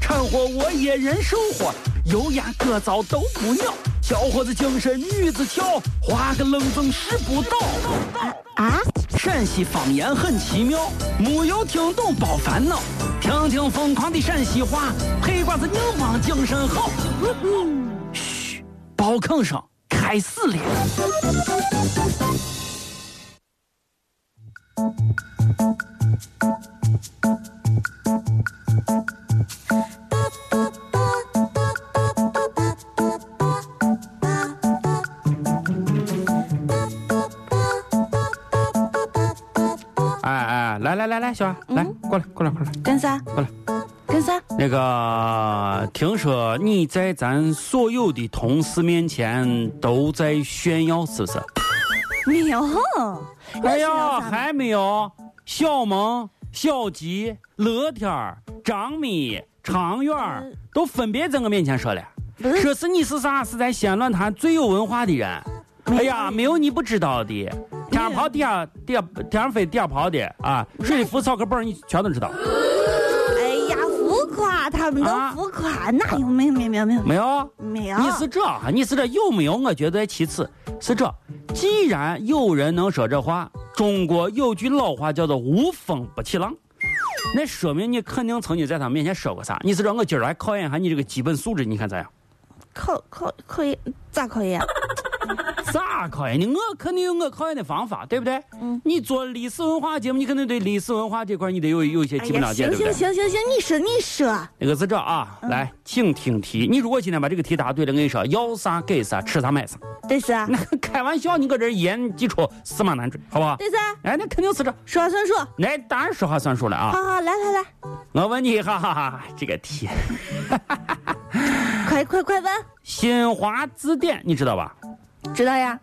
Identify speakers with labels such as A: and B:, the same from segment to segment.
A: 掺和我也人生活，油盐各糟都不尿，小伙子精神女子俏，花个愣风使不倒。
B: 啊，
A: 陕西方言很奇妙，没有听懂别烦恼，听听疯狂的陕西话，黑瓜子硬邦精神好。嘘，包吭声开始了。
C: 哎哎，来来来来，小安，来过来过来过来。
B: 干啥？
C: 过来，
B: 干啥？
C: 那个，听说你在咱所有的同事面前都在炫耀，是不是？
B: 没有。哎
C: 哎
B: 你知
C: 呀，
B: 道啥吗
C: 还没有，小萌、小吉、乐天儿、张米、常远儿
B: 嗯
C: 都分别在我面前说了，
B: 不是
C: 说是你是啥？是咱西安论坛最有文化的人。哎呀，没有你不知道的，天上跑地下地下天上飞地下跑的啊，水里浮草根本儿你全都知道。
B: 哎呀，浮夸，他们都
C: 啊
B: 浮夸，哪有没有没有没有没有
C: 没有？
B: 没有？
C: 你是这，你是这有没有？我觉得其次是这，既然有人能说这话，中国有句老话叫做“无风不起浪”，那说明你肯定曾经在他面前说过啥。你是让我今儿来考验一下你这个基本素质，你看咋 样？
B: 考考可以咋可以啊？
C: 咋考验你？我肯定有我考验的方法，对不对？
B: 嗯
C: 你做历史文化节目，你肯定对历史文化这块儿你得有有一些
B: 哎
C: 基本
B: 呀，
C: 了解，
B: 行
C: 对不
B: 行
C: 对？
B: 行行行，你嗯说你说，
C: 那个是这啊，来，请听题。你如果今天把这个题答对了，我跟你说，要啥给啥，吃啥买啥。
B: 对啥？
C: 那 开玩笑，你搁这儿一言既出，驷马难追，好不好？
B: 对啥？
C: 哎，那肯定是这。
B: 啊说话算数。
C: 那当然说话算数了啊！
B: 好好，来来来，
C: 我问你，哈哈哈，这个题，《
B: 快快快问，
C: 新华字典》你知道吧？
B: 知道呀？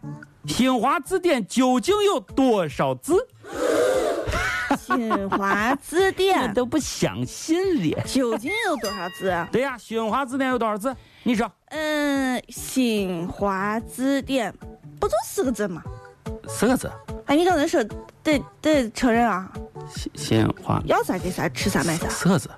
C: 《新华字典》究竟有多少字？
B: 新华字
C: 我
B: 典
C: 都不相信了。
B: 究竟有多少字？啊
C: 对呀，《新华字典》有多少字？你说
B: 嗯，新华字典不就四个字吗？
C: 四个字。
B: 哎，你刚才说得得承认啊，
C: 新新华
B: 要啥给啥，吃啥买啥。
C: 四个字。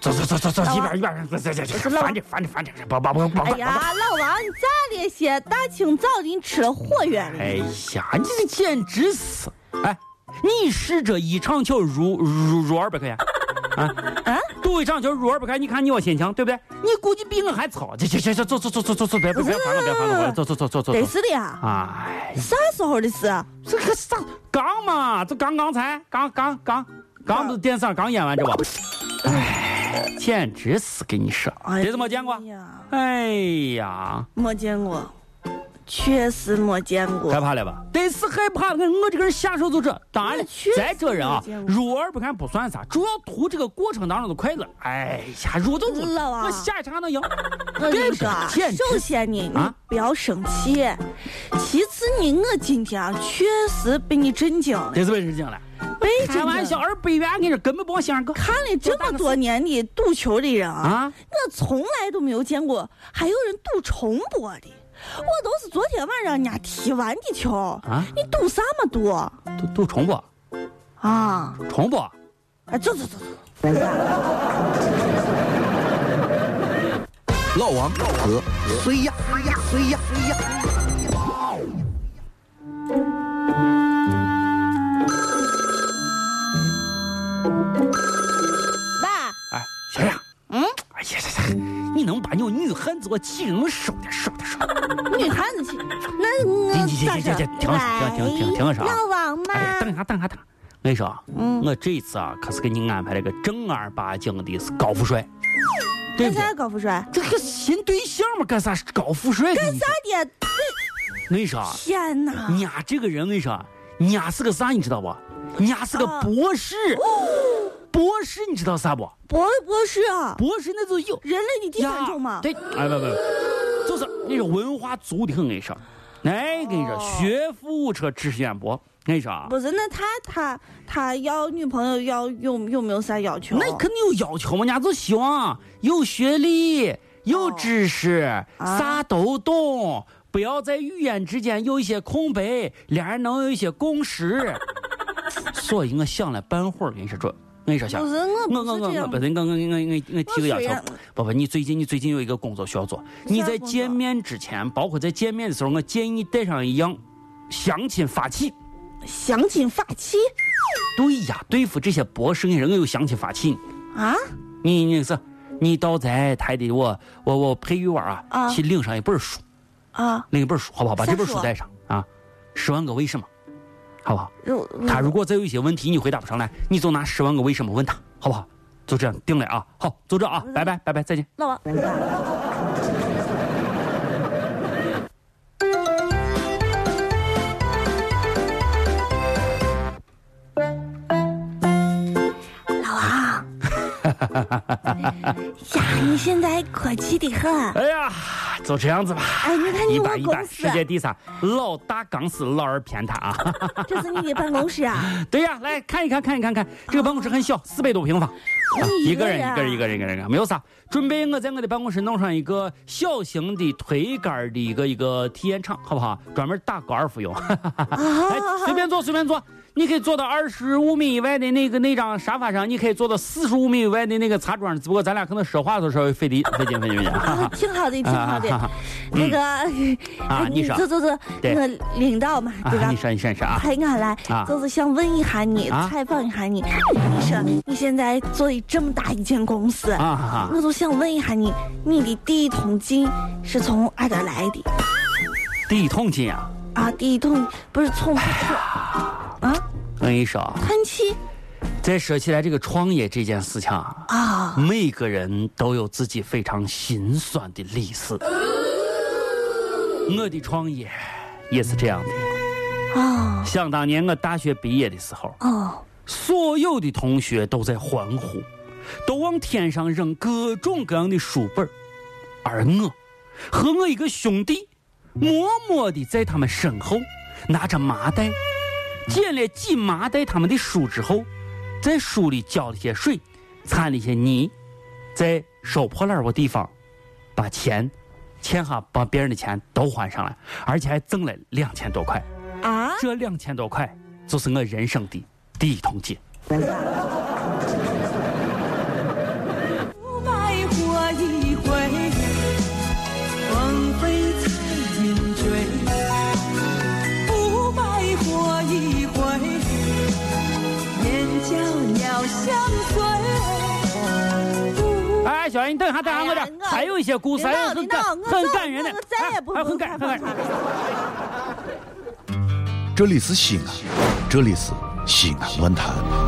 C: 走走走走走，一边一边，这这这，烦着烦着烦着，不不不不。
B: 哎呀，老王，你咋了些？大清早的你吃了火源了。
C: 哎呀，你这简直是！哎，你试着一场球入入入二百块钱，啊啊！赌一场球入二百块，你看你我心情对不对？你估计比我还糙。这这这这，走走走走走走，别别别烦我，别烦我，走走走走走。
B: 得是的呀，
C: 哎，
B: 啥时候的事？
C: 这个啥刚嘛，这刚刚才刚刚刚刚不是电视上刚演完这不？哎，简直是跟你说，
B: 哎
C: 这是没见过
B: 哎。呀，
C: 哎呀，
B: 没见过，确实没见
C: 害
B: 过。
C: 怕了吧？得是害怕了，我我这个人下手就这。当然了
B: 我确，实
C: 在这人啊
B: 没见，过
C: 入而不看不算啥，主要图这个过程当中的快乐。哎呀，入就入，
B: 老王
C: 我下一场还能赢。
B: 我跟你
C: 这
B: 说啊，
C: 简直
B: 首先呢，你
C: 啊
B: 不要生气；其次呢，我今天啊确实被你震惊了，
C: 这是本事情了，
B: 被震
C: 开
B: 惊
C: 玩
B: 了
C: 笑，。二百元跟你说根本不往心上搁。
B: 看了这么多年的赌球的人啊，
C: 啊，
B: 我从来都没有见过还有人赌重播的。我都是昨天晚上人家踢完的球，
C: 啊
B: 你赌什么赌
C: 都都重播，
B: 啊？
C: 重播。
B: 哎，走走走走，
D: 老王和谁呀？谁呀？谁呀？
B: 爸，
C: 哎，小亮，
B: 嗯，
C: 哎呀呀呀，你能把你有女汉子我气给我收点收点收点。
B: 女汉子去，那那
C: 行行
B: 咋
C: 行行
B: 整？
C: 行停停停停停个啥
B: 喂老王
C: 哎呀，
B: 嘛，
C: 等一下等一下等一下，我跟你说啊，
B: 嗯
C: 我这一次啊，可是给你安排了个正儿八经的是高富帅，对
B: 干
C: 不对？哎
B: 啥高富帅？
C: 这个新对象嘛，干啥是高富帅？干
B: 干啥的？
C: 为啥？
B: 天哪！
C: 啊伢这个人为啥？啊伢是个啥？你知道不？伢是个
B: 啊哦
C: 博士，博士你知道啥不？
B: 博博士啊，
C: 博士那就有
B: 人类的第三
C: 呀
B: 种嘛。
C: 对，哎不不，不就是那个文化足的很，我跟你说，哎，跟你说，
B: 哦
C: 学富五车，知识渊博，我跟你说啊，
B: 不是，那他他他要女朋友要有有没有啥要求？
C: 那肯定有要求嘛，人家就希望有学历、有知识，
B: 啊
C: 啥都懂，不要在语言之间有一些空白，俩人能有一些共 识。所以我想了半会儿，我跟你说这，我跟你说想
B: 不。是我
C: 我
B: 不
C: 我
B: 是
C: 我
B: 这
C: 我
B: 样
C: 不是我我我我我提个要
B: 我虽
C: 求
B: 然，
C: 不不，你最近你最近有一个工作需要做，你在见面之前，包括在见面的时候，我建议带上一样相亲法器。
B: 相亲发妻
C: 对呀，对付这些博士人，我有相亲法器。
B: 啊？
C: 你你是，你到咱台的我我我培育娃啊，
B: 啊
C: 去领上一本书，
B: 啊，
C: 领一本书好不好？把这本
B: 啥
C: 书
B: 书啊
C: 带上啊，《十万个为什么》，好不好？
B: 如
C: 他如果再有一些问题你回答不上来，你就拿《十万个为什么》问他，好不好？就这样定了啊，好，就这啊，
B: 嗯
C: 拜拜拜拜，再见。
B: 老王，老王，呀，你现在可气的很。
C: 哎呀，就这样子吧。
B: 啊哎，你看
C: 一
B: 你我
C: 般一般，
B: 公司啊
C: 世，界第三，老大刚死，老二偏袒啊！
B: 这是你的办公室 啊？
C: 对呀，来看一看，看一看，看这个办公室很小，四百多平方，
B: 你
C: 哦一个人一个人一
B: 个
C: 个人一个人一个人，没有啥。准备我在我的办公室弄上一个小型的推杆儿的一个一个体验场，好不好？专门打高尔夫用。 哎，随便坐随便坐，你可以坐到二十五米以外的那个那张沙发上，你可以坐到四十五米以外的那个茶桌上，只不过咱俩可能说话都稍微费力费劲费劲费劲。
B: 啊，挺好的，挺好的。
C: 啊
B: 那个，
C: 啊
B: 哎
C: 你说
B: 坐坐坐，
C: 对
B: 那个领导嘛，对
C: 啊，
B: 吧
C: 你？说你说你说啊。
B: 派俺来
C: 啊，
B: 就是想问一下你，
C: 啊
B: 采访一下你。你说你现在做的这么大一间公司，
C: 啊哈
B: 我就想问一下你，你的第一桶金是从哪儿来的？
C: 第一桶金啊！
B: 啊，第一桶不是从不是啊，
C: 我跟你说啊，
B: 喷漆
C: 再说起来这个创业这件事情啊，
B: 啊，
C: 每个人都有自己非常心酸的历史。我的创业也是这样的。
B: 哦
C: 想当年我大学毕业的时候，
B: 哦
C: 所有的同学都在欢呼，都往天上扔各种各样的书本儿而我和我一个兄弟默默地在他们身后拿着麻袋，捡了几麻袋他们的书之后，在书里浇了些水，掺了一些泥，在收破烂儿个地方把钱欠下把别人的钱都还上来，而且还挣了两千多块。
B: 啊，
C: 这两千多块就是我人生的第一桶金。
E: 白活一回，枉费彩金追。不白活一回，眼角鸟相随。不
C: 哎，小燕，你等一下，等一下，我
B: 哎呀
C: 这
B: 我
C: 还有一些故事，
B: 领
C: 还有
B: 导
C: 很
B: 领
C: 感
B: 导，
C: 很感人的
B: 我，再也不
C: 哎，
B: 能
C: 很感很感人。
F: 这里是西安，这里是西安论坛。